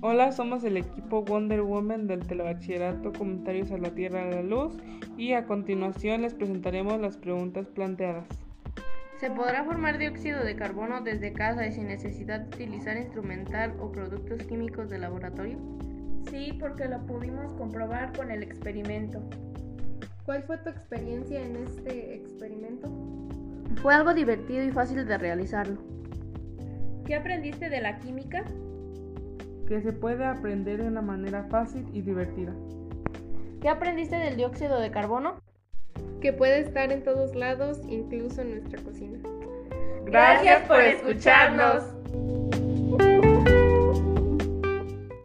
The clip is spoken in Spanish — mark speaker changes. Speaker 1: Hola, somos el equipo Wonder Woman del Telebachillerato Comentarios a la Tierra de la Luz y a continuación les presentaremos las preguntas planteadas.
Speaker 2: ¿Se podrá formar dióxido de carbono desde casa y sin necesidad de utilizar instrumental o productos químicos de laboratorio?
Speaker 3: Sí, porque lo pudimos comprobar con el experimento.
Speaker 4: ¿Cuál fue tu experiencia en este experimento?
Speaker 2: Fue algo divertido y fácil de realizarlo.
Speaker 3: ¿Qué aprendiste de la química?
Speaker 1: Que se puede aprender de una manera fácil y divertida.
Speaker 2: ¿Qué aprendiste del dióxido de carbono?
Speaker 4: que puede estar en todos lados, incluso en nuestra cocina.
Speaker 5: Gracias por escucharnos.